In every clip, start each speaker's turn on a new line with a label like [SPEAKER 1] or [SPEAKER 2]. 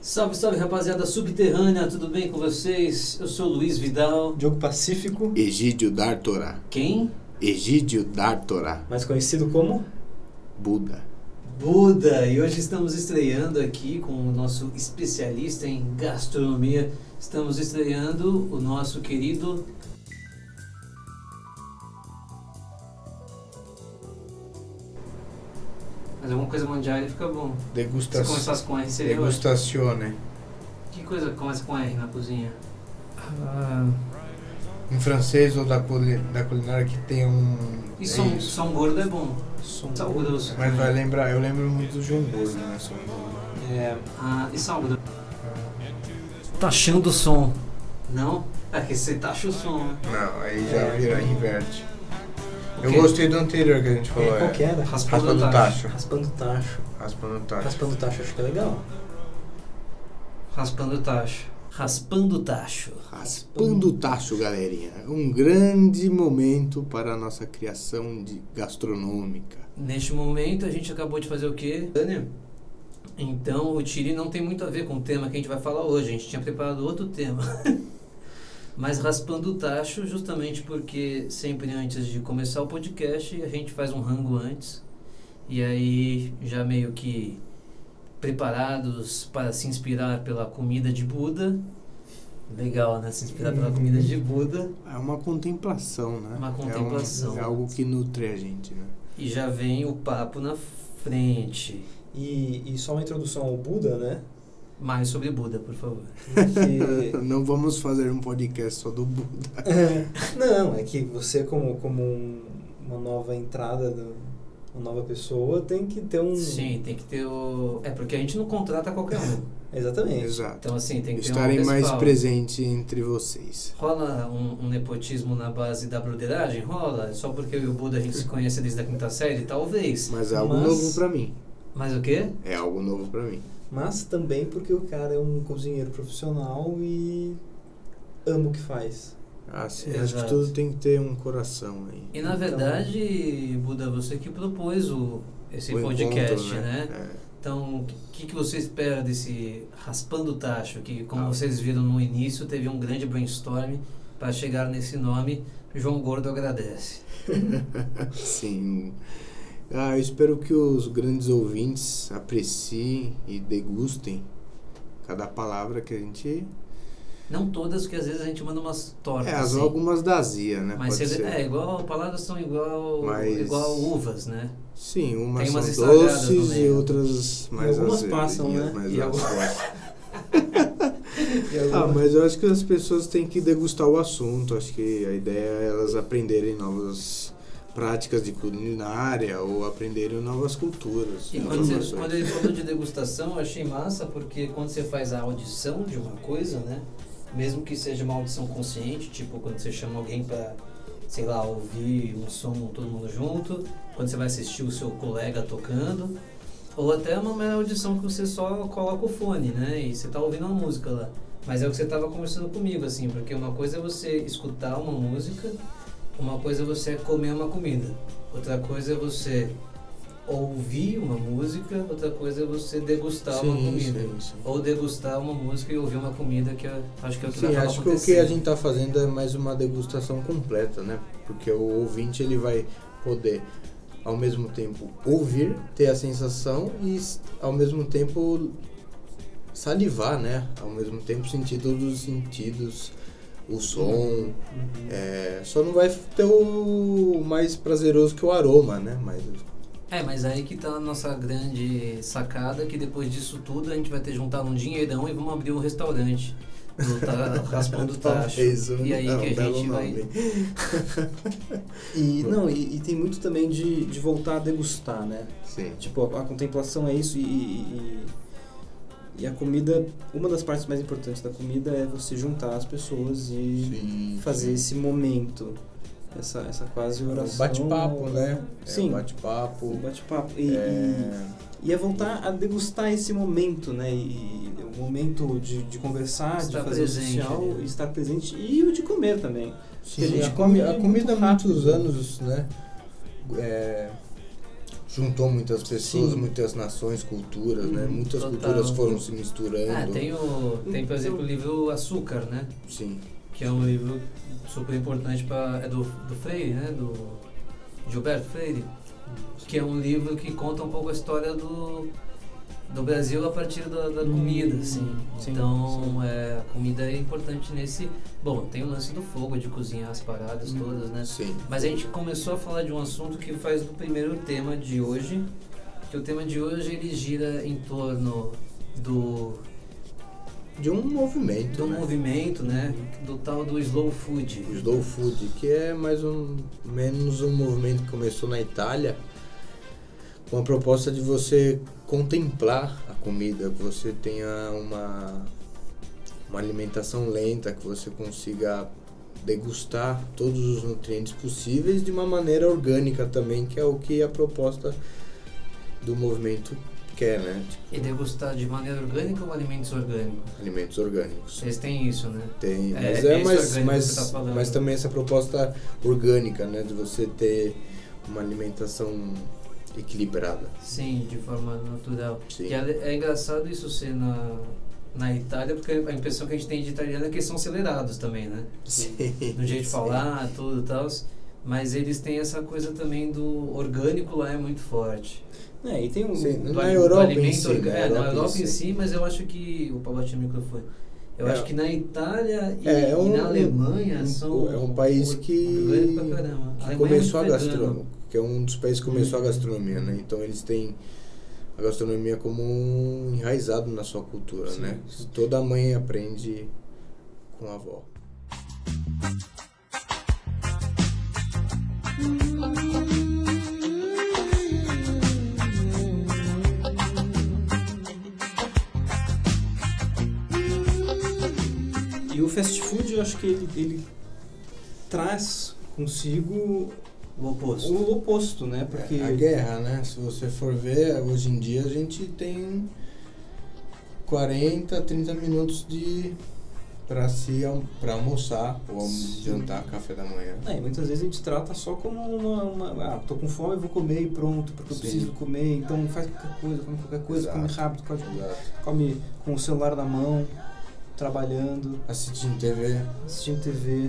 [SPEAKER 1] Salve, salve rapaziada subterrânea, tudo bem com vocês? Eu sou Luiz Vidal.
[SPEAKER 2] Diogo Pacífico,
[SPEAKER 3] Egídio Dartorá.
[SPEAKER 1] Quem?
[SPEAKER 3] Egídio Dartorá.
[SPEAKER 2] mais conhecido como
[SPEAKER 3] Buda.
[SPEAKER 1] Buda! E hoje estamos estreando aqui com o nosso especialista em gastronomia. Estamos estreando o nosso querido. Mas alguma coisa mundial fica bom. Se
[SPEAKER 3] Degustação.
[SPEAKER 1] começasse com R,
[SPEAKER 3] É
[SPEAKER 1] seria ótimo.
[SPEAKER 3] Degustazione.
[SPEAKER 1] Que coisa começa com R na cozinha?
[SPEAKER 3] Ah, Um francês ou da, culi- da culinária que tem um.
[SPEAKER 1] E som,
[SPEAKER 3] é isso.
[SPEAKER 1] som gordo é bom.
[SPEAKER 2] Som
[SPEAKER 1] Sal grosso.
[SPEAKER 3] Mas vai lembrar, eu lembro muito do João Gordo, né? Só um-
[SPEAKER 1] É, ah, e sal grosso. Taxando Tá o som. Não? É que você taxa o som, né?
[SPEAKER 3] Não, aí já
[SPEAKER 2] É.
[SPEAKER 3] vira, inverte.
[SPEAKER 1] O
[SPEAKER 3] Eu
[SPEAKER 1] quê?
[SPEAKER 3] gostei do anterior que a gente falou.
[SPEAKER 2] É, qual que era?
[SPEAKER 1] Raspando
[SPEAKER 3] Raspa do
[SPEAKER 1] o
[SPEAKER 3] tacho.
[SPEAKER 2] Raspando tacho.
[SPEAKER 3] Raspando tacho.
[SPEAKER 2] Raspando tacho acho que é legal.
[SPEAKER 1] Raspando o tacho. Raspando o tacho.
[SPEAKER 3] Raspando o tacho, galerinha. Um grande momento para a nossa criação de gastronômica.
[SPEAKER 1] Neste momento a gente acabou de fazer o quê? Daniel? Então o Tiri não tem muito a ver com o tema que a gente vai falar hoje. A gente tinha preparado outro tema. Mas raspando o tacho, justamente porque sempre antes de começar o podcast a gente faz um rango antes. E aí já meio que preparados para se inspirar pela comida de Buda. Legal, né? Se inspirar pela comida de Buda.
[SPEAKER 3] É uma contemplação, né?
[SPEAKER 1] Uma
[SPEAKER 3] É um-
[SPEAKER 1] contemplação.
[SPEAKER 3] É, algo que nutre a gente, né?
[SPEAKER 1] E já vem o papo na frente.
[SPEAKER 2] E, e só uma introdução ao Buda, né?
[SPEAKER 1] Mais sobre Buda, por favor.
[SPEAKER 2] Porque...
[SPEAKER 3] Não vamos fazer um podcast só do Buda.
[SPEAKER 2] Não, é que você como, como um- uma nova entrada, do- uma nova pessoa, tem que ter um...
[SPEAKER 1] Sim, tem que ter o. É porque a gente não contrata qualquer um.
[SPEAKER 2] Exatamente.
[SPEAKER 3] Exato.
[SPEAKER 1] Então, assim, tem que ter
[SPEAKER 3] Estarem
[SPEAKER 1] um.
[SPEAKER 3] mais
[SPEAKER 1] respaldo.
[SPEAKER 3] presente entre vocês.
[SPEAKER 1] Rola um, um nepotismo na base da broderagem? Rola? É Só porque eu e o Buda a gente se conhece desde a quinta série? Talvez.
[SPEAKER 3] Mas é algo
[SPEAKER 2] Mas-
[SPEAKER 3] novo pra mim.
[SPEAKER 1] Mas o quê?
[SPEAKER 3] É algo novo pra mim.
[SPEAKER 2] Mas também porque o cara é um cozinheiro profissional e ama o que faz.
[SPEAKER 3] Assim, acho
[SPEAKER 1] Exato.
[SPEAKER 3] que tudo tem que ter um coração aí.
[SPEAKER 1] E na
[SPEAKER 2] Então-
[SPEAKER 1] verdade, Buda, você que propôs o, esse
[SPEAKER 3] O Um encontro,
[SPEAKER 1] podcast, né?
[SPEAKER 3] É.
[SPEAKER 1] Então, o que, que você espera desse Raspando o Tacho? Que, como
[SPEAKER 3] Ah.
[SPEAKER 1] vocês viram no início, teve um grande brainstorm para chegar nesse nome. João Gordo agradece.
[SPEAKER 3] É, Sim. Ah, eu espero que os grandes ouvintes apreciem e degustem cada palavra que a gente.
[SPEAKER 1] Não todas, porque às vezes a gente manda umas tortas.
[SPEAKER 3] É, as-
[SPEAKER 1] assim.
[SPEAKER 3] algumas da Zia, né?
[SPEAKER 1] Mas
[SPEAKER 3] Pode
[SPEAKER 1] cês-
[SPEAKER 3] ser.
[SPEAKER 1] é igual, palavras são igual,
[SPEAKER 3] Mas-
[SPEAKER 1] igual uvas, né?
[SPEAKER 3] Sim, umas,
[SPEAKER 1] Tem umas
[SPEAKER 3] são
[SPEAKER 1] estragadas no
[SPEAKER 3] doces e
[SPEAKER 1] meio.
[SPEAKER 3] outras mais
[SPEAKER 2] algumas
[SPEAKER 3] azedas,
[SPEAKER 2] passam,
[SPEAKER 3] e
[SPEAKER 2] né?
[SPEAKER 3] as Mais
[SPEAKER 1] E
[SPEAKER 3] ácidas.
[SPEAKER 2] E
[SPEAKER 3] Ah,
[SPEAKER 2] agora-
[SPEAKER 3] mas eu acho que as pessoas têm que degustar o assunto. Acho que a ideia é elas aprenderem novas práticas de culinária ou aprenderem novas culturas. né?
[SPEAKER 1] E
[SPEAKER 3] novas
[SPEAKER 1] quando, você,
[SPEAKER 3] versões.
[SPEAKER 1] quando ele falou de degustação, eu achei massa, porque quando você faz a audição de uma coisa, né? Mesmo que seja uma audição consciente, tipo quando você chama alguém pra, sei lá, ouvir um som todo mundo junto, quando você vai assistir o seu colega tocando, ou até é uma mera audição que você só coloca o fone, né? E você tá ouvindo uma música lá. Mas é o que você tava conversando comigo, assim, porque uma coisa é você escutar uma música, uma coisa é você comer uma comida, outra coisa é você ouvir uma música, outra coisa é você degustar uma
[SPEAKER 3] Sim,
[SPEAKER 1] comida.
[SPEAKER 3] sim, sim.
[SPEAKER 1] Ou degustar uma música e ouvir uma comida que eu- acho que é o que
[SPEAKER 3] Sim,
[SPEAKER 1] vai acabar
[SPEAKER 3] acho que o que a
[SPEAKER 1] acontecendo.
[SPEAKER 3] gente está fazendo é mais uma degustação completa, né? Porque o ouvinte ele vai poder ao mesmo tempo ouvir, ter a sensação e s- ao mesmo tempo salivar, né? Ao mesmo tempo sentir todos os sentidos, o som.
[SPEAKER 2] Uhum.
[SPEAKER 3] é, só não vai ter o mais prazeroso que o aroma, né? Mas
[SPEAKER 1] É, mas aí que tá a nossa grande sacada, que depois disso tudo a gente vai ter que juntar um dinheirão e vamos abrir um restaurante. Do ta... Raspando o Tacho.
[SPEAKER 3] Talvez um-
[SPEAKER 1] E aí
[SPEAKER 3] é um
[SPEAKER 1] que a
[SPEAKER 3] belo
[SPEAKER 1] gente vai.
[SPEAKER 3] nome.
[SPEAKER 2] E, não, e, e tem muito também de, de voltar a degustar, né?
[SPEAKER 3] Sim.
[SPEAKER 2] Tipo, a, a contemplação é isso e, e, e a comida, uma das partes mais importantes da comida é você juntar as pessoas e
[SPEAKER 3] Sim.
[SPEAKER 2] fazer esse momento, essa, essa quase
[SPEAKER 3] Um
[SPEAKER 2] oração.
[SPEAKER 3] bate-papo, né? É
[SPEAKER 2] Sim.
[SPEAKER 3] um bate-papo.
[SPEAKER 2] Um bate-papo. E, e-
[SPEAKER 3] É,
[SPEAKER 2] e é voltar a degustar esse momento, né? E, e o momento de, de conversar,
[SPEAKER 1] Estar
[SPEAKER 2] de fazer
[SPEAKER 1] presente,
[SPEAKER 2] o social,
[SPEAKER 1] né?
[SPEAKER 2] estar presente e o de comer também.
[SPEAKER 3] Sim,
[SPEAKER 2] a gente
[SPEAKER 3] a, comi-
[SPEAKER 2] come
[SPEAKER 3] a comida há
[SPEAKER 2] muito
[SPEAKER 3] muitos anos, né? É, juntou muitas pessoas,
[SPEAKER 2] Sim.
[SPEAKER 3] muitas nações, culturas, né?
[SPEAKER 2] Uhum,
[SPEAKER 3] Muitas
[SPEAKER 1] total.
[SPEAKER 3] culturas foram se
[SPEAKER 1] Ah,
[SPEAKER 3] misturando.
[SPEAKER 1] tem, o, tem, por exemplo, o livro Açúcar, né?
[SPEAKER 3] Sim.
[SPEAKER 1] Que é um livro super importante para é do, do Freire, né? Do Gilberto Freire, que é um livro que conta um pouco a história do do Brasil a partir da, da
[SPEAKER 2] Hum,
[SPEAKER 1] comida, assim.
[SPEAKER 2] sim,
[SPEAKER 1] então,
[SPEAKER 2] sim.
[SPEAKER 1] é, a comida é importante nesse. Bom, tem o lance do fogo, de cozinhar as paradas
[SPEAKER 2] Hum.
[SPEAKER 1] todas, né?
[SPEAKER 3] Sim.
[SPEAKER 1] Mas a gente começou a falar de um assunto que faz do primeiro tema de hoje, que o tema de hoje ele gira em torno do
[SPEAKER 3] De um movimento,
[SPEAKER 1] do
[SPEAKER 3] né?
[SPEAKER 1] movimento, né?
[SPEAKER 2] Uhum.
[SPEAKER 1] Do tal do slow food.
[SPEAKER 3] O Slow Food, que é mais ou menos um movimento que começou na Itália, com a proposta de você contemplar a comida, que você tenha uma, uma alimentação lenta, que você consiga degustar todos os nutrientes possíveis de uma maneira orgânica também, que é o que a proposta do movimento quer, né?
[SPEAKER 1] E degustar de maneira orgânica ou alimentos orgânicos?
[SPEAKER 3] Alimentos orgânicos.
[SPEAKER 1] Vocês têm isso, né?
[SPEAKER 3] Tem,
[SPEAKER 1] É,
[SPEAKER 3] mas
[SPEAKER 1] é
[SPEAKER 3] é,
[SPEAKER 1] isso
[SPEAKER 3] mais,
[SPEAKER 1] orgânico que você
[SPEAKER 3] mas,
[SPEAKER 1] tá falando.
[SPEAKER 3] mas também essa proposta orgânica, né? De você ter uma alimentação equilibrada.
[SPEAKER 1] Sim, de forma natural.
[SPEAKER 3] Sim.
[SPEAKER 1] E é, é engraçado isso ser na, na Itália, porque a impressão que a gente tem de italiano é que eles são acelerados também, né?
[SPEAKER 3] Sim.
[SPEAKER 1] No jeito de
[SPEAKER 3] Sim.
[SPEAKER 1] falar, tudo e tal. Mas eles têm essa coisa também do orgânico lá é muito forte.
[SPEAKER 2] É, e tem um.
[SPEAKER 3] Sim, né?
[SPEAKER 1] Do
[SPEAKER 3] Na
[SPEAKER 1] ali- do
[SPEAKER 3] Europa em
[SPEAKER 1] alimento
[SPEAKER 3] si,
[SPEAKER 1] orga-
[SPEAKER 3] na
[SPEAKER 1] é, na
[SPEAKER 3] Europa em
[SPEAKER 1] Europa em
[SPEAKER 3] si.
[SPEAKER 1] si, mas eu acho que. Opa, bati o microfone. Eu
[SPEAKER 3] É.
[SPEAKER 1] acho que na Itália e,
[SPEAKER 3] É, é
[SPEAKER 1] e
[SPEAKER 3] um-
[SPEAKER 1] na Alemanha
[SPEAKER 3] um-
[SPEAKER 1] são.
[SPEAKER 3] é um país que-
[SPEAKER 1] orgânico pra caramba.
[SPEAKER 3] Que
[SPEAKER 1] Alemanha é
[SPEAKER 3] começou a
[SPEAKER 1] muito vegano.
[SPEAKER 3] gastronomia, que é um dos países que começou
[SPEAKER 1] Uhum.
[SPEAKER 3] a gastronomia, né? Então eles têm a gastronomia como um enraizado na sua cultura,
[SPEAKER 2] Sim,
[SPEAKER 3] né?
[SPEAKER 2] sim.
[SPEAKER 3] Toda mãe aprende com a avó.
[SPEAKER 2] E o fast food, eu acho que ele, ele traz consigo
[SPEAKER 1] O oposto.
[SPEAKER 2] o oposto, né? Porque.
[SPEAKER 3] É, a guerra, né? Se você for ver, hoje em dia a gente tem 40, 30 minutos de para se al- pra almoçar ou almo-
[SPEAKER 2] Sim.
[SPEAKER 3] jantar, café da manhã.
[SPEAKER 2] É, e muitas vezes a gente trata só como uma, uma- Ah, tô com fome, vou comer e pronto, porque eu
[SPEAKER 3] Sim.
[SPEAKER 2] preciso comer. Então faz qualquer coisa, come qualquer coisa,
[SPEAKER 3] Exato.
[SPEAKER 2] come rápido, come,
[SPEAKER 3] Exato.
[SPEAKER 2] come com o celular na mão, trabalhando,
[SPEAKER 3] Assistindo TV,
[SPEAKER 2] assistindo TV.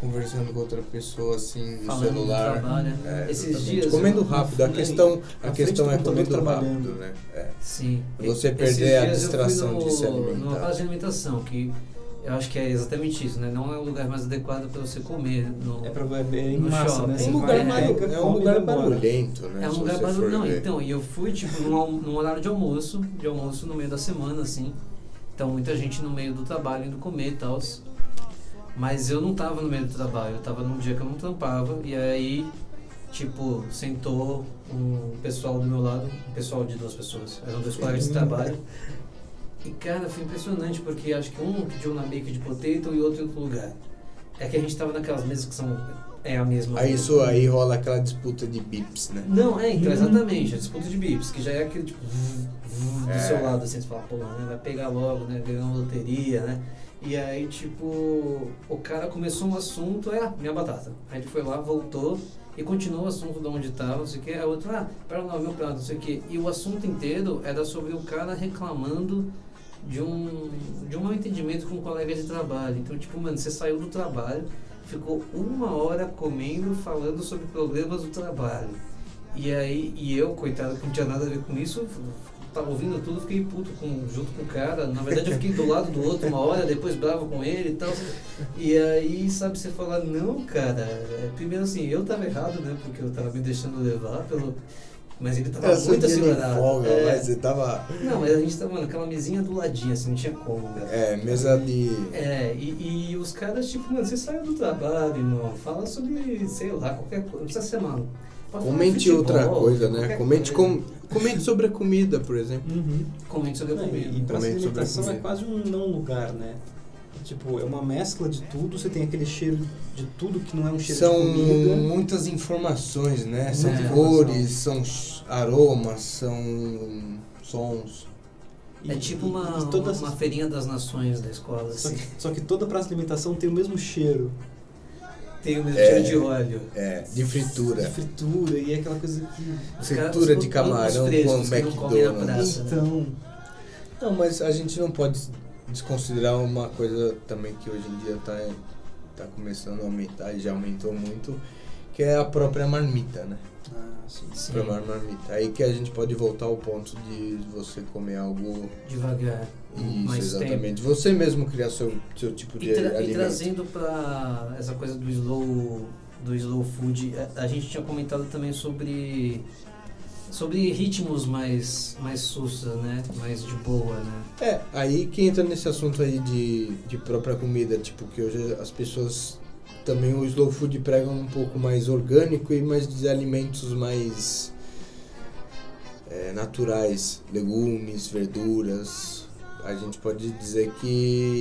[SPEAKER 3] conversando com outra pessoa assim no
[SPEAKER 1] Falando no
[SPEAKER 3] celular.
[SPEAKER 1] trabalho. né?
[SPEAKER 3] É,
[SPEAKER 1] Esses
[SPEAKER 3] exatamente.
[SPEAKER 1] dias eu-
[SPEAKER 3] comendo rápido, a
[SPEAKER 2] Não,
[SPEAKER 3] questão, a
[SPEAKER 2] na
[SPEAKER 3] questão
[SPEAKER 2] frente
[SPEAKER 3] é
[SPEAKER 2] do computador
[SPEAKER 3] comendo
[SPEAKER 2] trabalhando.
[SPEAKER 3] rápido, né? É.
[SPEAKER 1] Sim.
[SPEAKER 3] Você
[SPEAKER 1] Esses
[SPEAKER 3] perder a
[SPEAKER 1] dias eu fui
[SPEAKER 3] distração
[SPEAKER 1] no-
[SPEAKER 3] de se
[SPEAKER 1] Numa
[SPEAKER 3] alimentar.
[SPEAKER 1] casa de alimentação, que eu acho que é exatamente isso, né? Não é o lugar mais adequado para você comer. No...
[SPEAKER 2] É pra beber em
[SPEAKER 1] No
[SPEAKER 2] massa,
[SPEAKER 1] shopping.
[SPEAKER 2] né?
[SPEAKER 1] É um
[SPEAKER 2] Você
[SPEAKER 1] lugar
[SPEAKER 2] vai,
[SPEAKER 1] barulho-
[SPEAKER 2] pega,
[SPEAKER 3] é um
[SPEAKER 2] come e
[SPEAKER 3] lugar
[SPEAKER 2] vai embora.
[SPEAKER 3] barulhento, né?
[SPEAKER 1] É um
[SPEAKER 3] se
[SPEAKER 1] lugar
[SPEAKER 3] você for
[SPEAKER 1] barulho. Não,
[SPEAKER 3] ver.
[SPEAKER 1] então, e eu fui, tipo, num, al- num horário de almoço, de almoço no meio da semana, assim. Então, muita gente no meio do trabalho indo comer e tal. Mas eu não tava no meio do trabalho, eu tava num dia que eu não trampava. E aí, tipo, sentou um pessoal do meu lado, um pessoal de duas pessoas, eram dois colegas de trabalho. E, cara, foi impressionante, porque acho que um pediu na make de potato e outro em outro lugar. É que a gente tava naquelas mesas que são... É a mesma...
[SPEAKER 3] Aí isso aí rola aquela disputa de bips, né?
[SPEAKER 1] Não, é, então,
[SPEAKER 2] Hum.
[SPEAKER 1] exatamente, a disputa de bips, que já é aquele tipo vzz, vzz, do
[SPEAKER 3] É.
[SPEAKER 1] seu lado, assim, você fala, pô, né, vai pegar logo, né, ganhou uma loteria, né? E aí, tipo, o cara começou um assunto, é, ah, minha batata. Aí ele foi lá, voltou e continuou o assunto de onde tava, não sei o que, aí outro, ah, pera lá, meu prato, não sei o que. E o assunto inteiro era sobre o cara reclamando de um, de um mal entendimento com um colega de trabalho. Então, tipo, mano, você saiu do trabalho, ficou uma hora comendo, falando sobre problemas do trabalho. E aí, e eu, coitado, que não tinha nada a ver com isso, f- tava ouvindo tudo, fiquei puto com, junto com o cara. Na verdade, eu fiquei do lado do outro uma hora, depois bravo com ele e tal. E aí, sabe, você fala, não, cara. é, Primeiro, assim, eu tava errado, né? Porque eu tava me deixando levar pelo. Mas ele tava
[SPEAKER 3] Essa
[SPEAKER 1] muito
[SPEAKER 3] dia de
[SPEAKER 1] acelerado.
[SPEAKER 3] folga,
[SPEAKER 1] É.
[SPEAKER 3] mas você tava.
[SPEAKER 1] Não, mas a gente tava naquela mesinha do ladinho, assim, não tinha como, velho.
[SPEAKER 3] É, mesa de.
[SPEAKER 1] É, e, e os caras, tipo, mano, você saiu do trabalho, irmão, fala sobre, sei lá, qualquer coisa, não precisa ser maluco. Pode falar
[SPEAKER 3] Comente
[SPEAKER 1] de um futebol,
[SPEAKER 3] outra coisa, né?
[SPEAKER 1] qualquer
[SPEAKER 3] Comente,
[SPEAKER 1] coisa.
[SPEAKER 3] com... Comente sobre a comida, por exemplo.
[SPEAKER 2] Uhum.
[SPEAKER 1] Comente sobre a
[SPEAKER 2] Não, e, e
[SPEAKER 1] comida.
[SPEAKER 2] pra
[SPEAKER 3] Comente sobre a
[SPEAKER 2] alimentação é
[SPEAKER 3] comida.
[SPEAKER 2] quase um não lugar, né? Tipo, é uma mescla de tudo, você tem aquele cheiro de tudo que não é um cheiro
[SPEAKER 3] São
[SPEAKER 2] de comida.
[SPEAKER 3] muitas informações, né? São
[SPEAKER 1] Muita
[SPEAKER 3] cores, são ch- aromas, são sons.
[SPEAKER 2] E-
[SPEAKER 1] É tipo
[SPEAKER 2] e-
[SPEAKER 1] uma,
[SPEAKER 2] e todas-
[SPEAKER 1] uma feirinha das nações da escola,
[SPEAKER 2] só,
[SPEAKER 1] assim.
[SPEAKER 2] que, só que toda praça de alimentação tem o mesmo cheiro.
[SPEAKER 1] tem o mesmo
[SPEAKER 3] É.
[SPEAKER 1] cheiro de óleo.
[SPEAKER 3] É, de fritura.
[SPEAKER 2] Fritura e é aquela coisa que.
[SPEAKER 1] Os caras-
[SPEAKER 3] Fritura
[SPEAKER 1] os-
[SPEAKER 3] de
[SPEAKER 1] os frescos
[SPEAKER 3] camarão com
[SPEAKER 1] que não comem na
[SPEAKER 3] McDonald's.
[SPEAKER 1] praça, né?
[SPEAKER 2] Então.
[SPEAKER 3] Não, mas a gente não pode desconsiderar uma coisa também que hoje em dia tá, tá começando a aumentar e já aumentou muito, que é a própria marmita, né?
[SPEAKER 2] Ah, sim.
[SPEAKER 3] A
[SPEAKER 1] Sim,
[SPEAKER 3] própria marmita. Aí que a gente pode voltar ao ponto de você comer algo
[SPEAKER 1] devagar.
[SPEAKER 3] isso,
[SPEAKER 1] mais tempo.
[SPEAKER 3] exatamente. Você mesmo criar seu, seu tipo de
[SPEAKER 1] E, tra- e
[SPEAKER 3] alimento.
[SPEAKER 1] trazendo pra essa coisa do slow, do slow food, a, a gente tinha comentado também sobre sobre ritmos mais mais sussa, né? Mais de boa, né?
[SPEAKER 3] É, aí que entra nesse assunto aí de, de própria comida, tipo, que hoje as pessoas também o slow food pregam um pouco mais orgânico e mais de alimentos mais é, naturais, legumes, verduras. A gente pode dizer que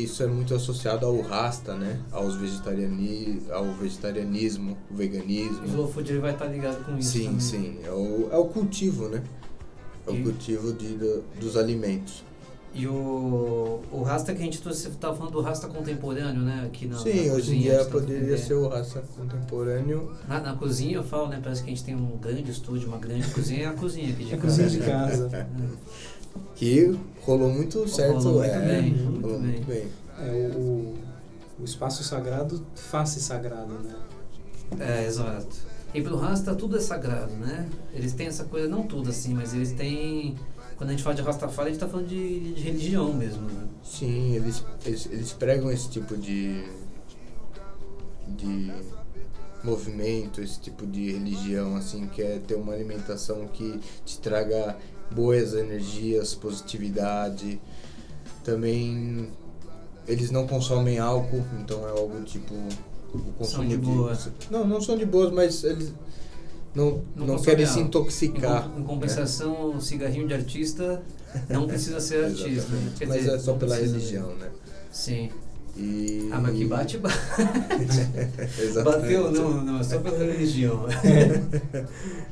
[SPEAKER 3] isso é muito associado ao rasta, né? Aos vegetariani ao vegetarianismo, veganismo.
[SPEAKER 1] O slow food ele vai estar ligado com isso.
[SPEAKER 3] Sim,
[SPEAKER 1] também.
[SPEAKER 3] sim. É o, é o cultivo, né? É
[SPEAKER 1] E-
[SPEAKER 3] o cultivo de, do- dos alimentos.
[SPEAKER 1] E o, o rasta que a gente trouxe, você estava falando do rasta contemporâneo, né? Aqui na,
[SPEAKER 3] Sim,
[SPEAKER 1] na
[SPEAKER 3] hoje em
[SPEAKER 1] cozinha, a
[SPEAKER 3] dia
[SPEAKER 1] gente tá
[SPEAKER 3] poderia
[SPEAKER 1] trocando
[SPEAKER 3] ser o raça contemporâneo.
[SPEAKER 1] ideia. Na, na cozinha eu falo, né? Parece que a gente tem um grande estúdio, uma grande cozinha. É a cozinha aqui de
[SPEAKER 2] É a
[SPEAKER 1] casa. né?
[SPEAKER 2] cozinha de casa.
[SPEAKER 3] Que rolou muito certo,
[SPEAKER 1] Rolou
[SPEAKER 3] é.
[SPEAKER 1] muito bem, muito
[SPEAKER 3] rolou
[SPEAKER 1] bem.
[SPEAKER 3] muito bem.
[SPEAKER 2] É o, o- o espaço sagrado, face sagrado, né?
[SPEAKER 1] É, exato. E pro Rasta tudo é sagrado, né? Eles têm essa coisa, não tudo assim, mas eles têm. Quando a gente fala de Rastafari, a gente tá falando de, de religião mesmo, né?
[SPEAKER 3] Sim, eles, eles, eles pregam esse tipo de. de movimento, esse tipo de religião, assim, que é ter uma alimentação que te traga boas energias, positividade. Também eles não consomem álcool, então é algo tipo. O
[SPEAKER 1] São
[SPEAKER 3] consumo
[SPEAKER 1] de boa.
[SPEAKER 3] Não, não são de boas, mas eles não,
[SPEAKER 1] Não
[SPEAKER 3] não,
[SPEAKER 1] consomem
[SPEAKER 3] querem se
[SPEAKER 1] álcool. Em,
[SPEAKER 3] intoxicar. né?
[SPEAKER 1] com- em compensação, o cigarrinho de artista não precisa ser artista. Né?
[SPEAKER 3] Exatamente.
[SPEAKER 1] Quer
[SPEAKER 3] Mas
[SPEAKER 1] dizer,
[SPEAKER 3] é só
[SPEAKER 1] não
[SPEAKER 3] pela
[SPEAKER 1] precisa, né?
[SPEAKER 3] religião, né?
[SPEAKER 1] Sim.
[SPEAKER 3] E...
[SPEAKER 1] Ah, mas que bate, bate.
[SPEAKER 3] Hum. Exatamente.
[SPEAKER 1] bateu, não, não, é só pela religião.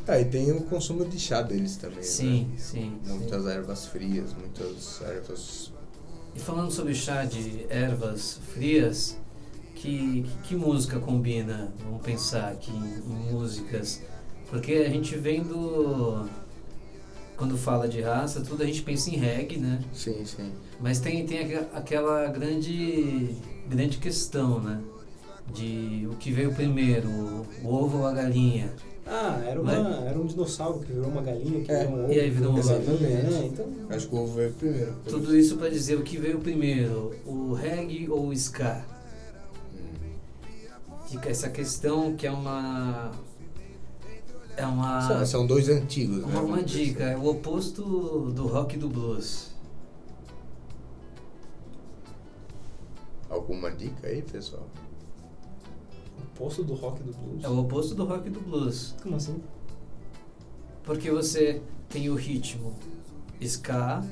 [SPEAKER 3] Ah, e tem o consumo de chá deles também.
[SPEAKER 1] sim,
[SPEAKER 3] né?
[SPEAKER 1] sim. sim.
[SPEAKER 3] Muitas ervas frias, muitas ervas.
[SPEAKER 1] E falando sobre chá de ervas frias, que, que, que música combina? Vamos pensar aqui em, em músicas. Porque a gente vem do. Quando fala de raça, tudo a gente pensa em reggae, né?
[SPEAKER 3] Sim, sim.
[SPEAKER 1] Mas tem, tem aque- aquela grande, grande questão, né? De o que veio primeiro, o ovo ou a galinha.
[SPEAKER 2] Ah, era, uma, era um dinossauro que virou uma galinha, que
[SPEAKER 3] É.
[SPEAKER 2] virou um ovo.
[SPEAKER 1] E aí virou um ovo.
[SPEAKER 2] Exatamente. É, então,
[SPEAKER 3] Acho que o ovo veio primeiro.
[SPEAKER 1] Tudo isso para dizer o que veio primeiro, o reggae ou o ska?
[SPEAKER 3] Hum.
[SPEAKER 1] fica essa questão que é uma é uma
[SPEAKER 3] São, são dois antigos, né?
[SPEAKER 1] uma, uma
[SPEAKER 3] vamos dizer
[SPEAKER 1] dica é o oposto do rock e do blues
[SPEAKER 3] assim. Alguma dica aí, pessoal?
[SPEAKER 2] oposto do rock e do blues.
[SPEAKER 1] é o oposto do rock e do blues
[SPEAKER 2] Como assim?
[SPEAKER 1] porque você tem o ritmo ska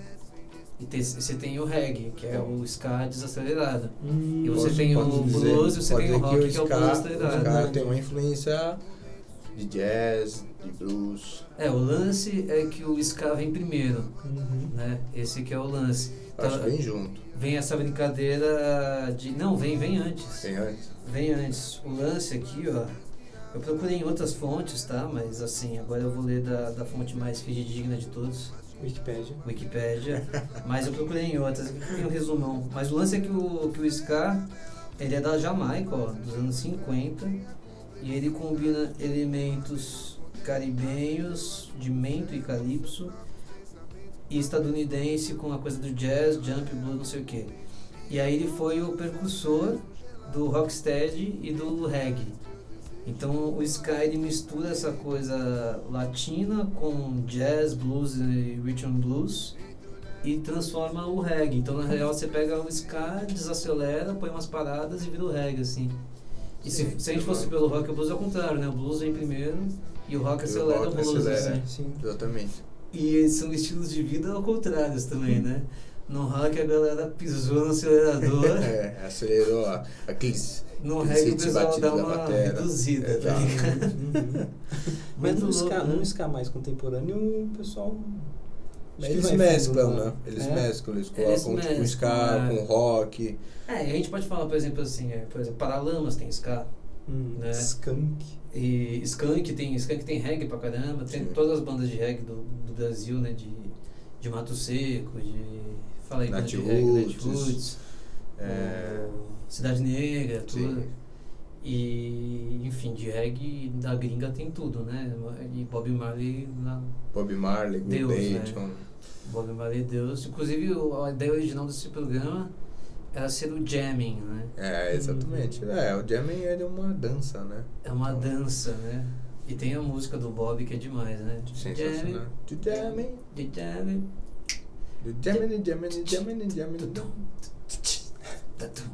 [SPEAKER 1] e tem- você tem o reggae que é o ska desacelerado
[SPEAKER 2] Hum,
[SPEAKER 1] E você
[SPEAKER 3] Posso-
[SPEAKER 1] tem o
[SPEAKER 3] posso
[SPEAKER 1] blues e você
[SPEAKER 3] pode
[SPEAKER 1] tem o
[SPEAKER 3] dizer
[SPEAKER 1] rock, que é o blues da idade,
[SPEAKER 3] O ska
[SPEAKER 2] né?
[SPEAKER 3] tem uma influência de jazz, de blues.
[SPEAKER 1] é o lance é que o ska vem primeiro
[SPEAKER 2] uhum.
[SPEAKER 1] né esse que é o lance
[SPEAKER 3] Acho
[SPEAKER 1] Tá.
[SPEAKER 3] bem junto.
[SPEAKER 1] vem essa brincadeira de não vem vem antes
[SPEAKER 3] Tem antes.
[SPEAKER 1] Vem antes. O lance aqui, ó. Eu procurei em outras fontes, tá? Mas assim, agora eu vou ler da, da fonte mais fidedigna de todos,
[SPEAKER 2] Wikipedia.
[SPEAKER 1] Wikipédia. Mas eu procurei em outras, aqui tem um resumão. Mas o lance é que o, que o Ska, ele é da Jamaica, ó, dos anos 50. E ele combina elementos caribenhos, de mento e calypso, e estadunidense com a coisa do jazz, jump, blues, não sei o quê. E aí ele foi o precursor do rocksteady e do reggae. Então o Sky ele mistura essa coisa latina com jazz, blues e rhythm blues e transforma o reggae. Então na real você pega o ska, desacelera, põe umas paradas e vira o reggae assim. E se,
[SPEAKER 3] Sim, tá
[SPEAKER 1] se a gente fosse
[SPEAKER 3] exato.
[SPEAKER 1] pelo rock e o blues é o contrário, né? O blues vem primeiro e o rock
[SPEAKER 3] E o
[SPEAKER 1] acelera o,
[SPEAKER 3] rock
[SPEAKER 1] blues.
[SPEAKER 3] acelera.
[SPEAKER 1] Assim.
[SPEAKER 2] Sim.
[SPEAKER 3] Exatamente.
[SPEAKER 1] E são estilos de vida ao contrários também, né? No rock a galera pisou no acelerador.
[SPEAKER 3] É, acelerou a, aqueles.
[SPEAKER 1] No
[SPEAKER 3] Aquele
[SPEAKER 1] reggae o
[SPEAKER 3] sítio
[SPEAKER 1] pessoal
[SPEAKER 3] batido
[SPEAKER 1] dá
[SPEAKER 3] da
[SPEAKER 1] uma
[SPEAKER 3] batera.
[SPEAKER 1] reduzida, tá
[SPEAKER 3] Exato.
[SPEAKER 1] ligado?
[SPEAKER 2] Uhum. Mas
[SPEAKER 1] Muito
[SPEAKER 2] num ska,
[SPEAKER 1] louco, né?
[SPEAKER 2] num ska mais contemporâneo, o pessoal. acho que
[SPEAKER 3] Eles
[SPEAKER 2] vai
[SPEAKER 3] mesclam,
[SPEAKER 2] fundo,
[SPEAKER 3] né? Eles
[SPEAKER 2] É.
[SPEAKER 3] mesclam, eles colocam
[SPEAKER 1] Eles
[SPEAKER 3] tipo
[SPEAKER 1] mesclam,
[SPEAKER 3] um ska
[SPEAKER 1] é.
[SPEAKER 3] com rock.
[SPEAKER 1] É, e a gente pode falar, por exemplo, assim, é, por exemplo, Paralamas tem ska,
[SPEAKER 2] Hum.
[SPEAKER 1] né?
[SPEAKER 3] Skunk.
[SPEAKER 1] E Skank tem, Skank tem reggae pra caramba, tem
[SPEAKER 3] Sim.
[SPEAKER 1] todas as bandas de reggae do, do Brasil, né? De, de Mato Seco, de. Fala aí, banda de reggae, Nat
[SPEAKER 3] Natiruts,
[SPEAKER 1] Roots,
[SPEAKER 3] É,
[SPEAKER 1] o Cidade Negra, tudo.
[SPEAKER 3] sim.
[SPEAKER 1] E, enfim, de reggae da gringa tem tudo, né? E Bob Marley, na-
[SPEAKER 3] Bob Marley, Good
[SPEAKER 1] Deus, né?
[SPEAKER 3] Dayton.
[SPEAKER 1] Bob Marley Deus. Inclusive, o- a ideia original desse programa era ser o jamming, né?
[SPEAKER 3] É,
[SPEAKER 2] Uhum.
[SPEAKER 3] exatamente. É, o jamming ele é uma dança, né?
[SPEAKER 1] É uma dança, né? E tem a música do Bob que é demais, né?
[SPEAKER 3] Sensacional. Do jamming,
[SPEAKER 1] Jamming, the jamming,
[SPEAKER 3] do jamming, jamming, jamming, jamming.
[SPEAKER 1] tudum, tudum.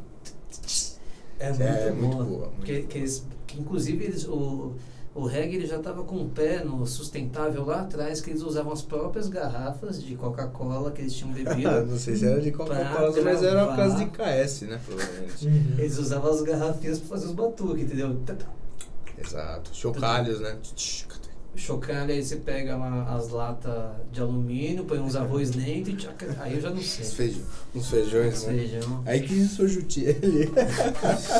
[SPEAKER 1] É muito,
[SPEAKER 3] É, muito
[SPEAKER 1] boa.
[SPEAKER 3] boa, muito
[SPEAKER 1] que, que eles- que inclusive eles, o, o reggae ele já estava com o pé no sustentável lá atrás, que eles usavam as próprias garrafas de Coca-Cola que eles tinham bebido.
[SPEAKER 3] Não sei se era de Coca-Cola,
[SPEAKER 1] Pra
[SPEAKER 3] mas era
[SPEAKER 1] gravar.
[SPEAKER 3] uma casa de KS, né? Provavelmente.
[SPEAKER 1] Eles usavam as garrafinhas para fazer os batuques, entendeu? Tudum.
[SPEAKER 3] Exato. Chocalhos, né?
[SPEAKER 1] Chocalho, aí você pega lá as latas de alumínio, põe uns arroz dentro e tchaca, aí eu já não
[SPEAKER 3] Uns
[SPEAKER 1] sei.
[SPEAKER 3] feijões. Uns feijões, né?
[SPEAKER 1] Feijão.
[SPEAKER 3] Aí que surge o Thierry.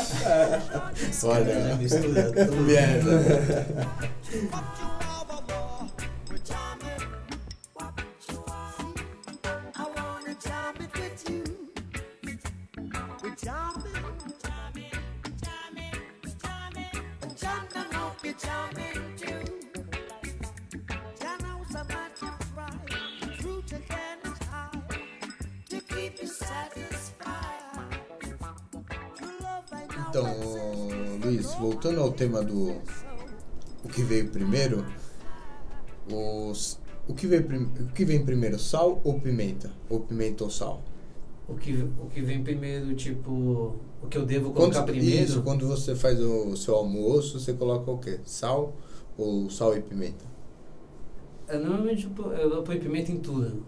[SPEAKER 1] Cara,
[SPEAKER 3] É
[SPEAKER 1] já
[SPEAKER 3] Olha,
[SPEAKER 1] mistura tudo.
[SPEAKER 3] né? merda. né?
[SPEAKER 4] I wanna jam it with you. We jam it, jam it, jam it, jam it. Jam the note we jam it to. Jam out a magic fry, fruit again is high. To keep you satisfied. Your love I know
[SPEAKER 3] Então, Luiz, voltando ao tema do o que veio primeiro, os o que veio prim- o que vem primeiro, sal ou pimenta? Ou pimenta ou sal?
[SPEAKER 1] O que, o que vem primeiro, tipo, o que eu devo colocar
[SPEAKER 3] Quando-
[SPEAKER 1] primeiro?
[SPEAKER 3] Isso, quando você faz o seu almoço, você coloca o quê? Sal ou sal e pimenta?
[SPEAKER 1] É, normalmente eu pô- eu ponho pimenta em tudo.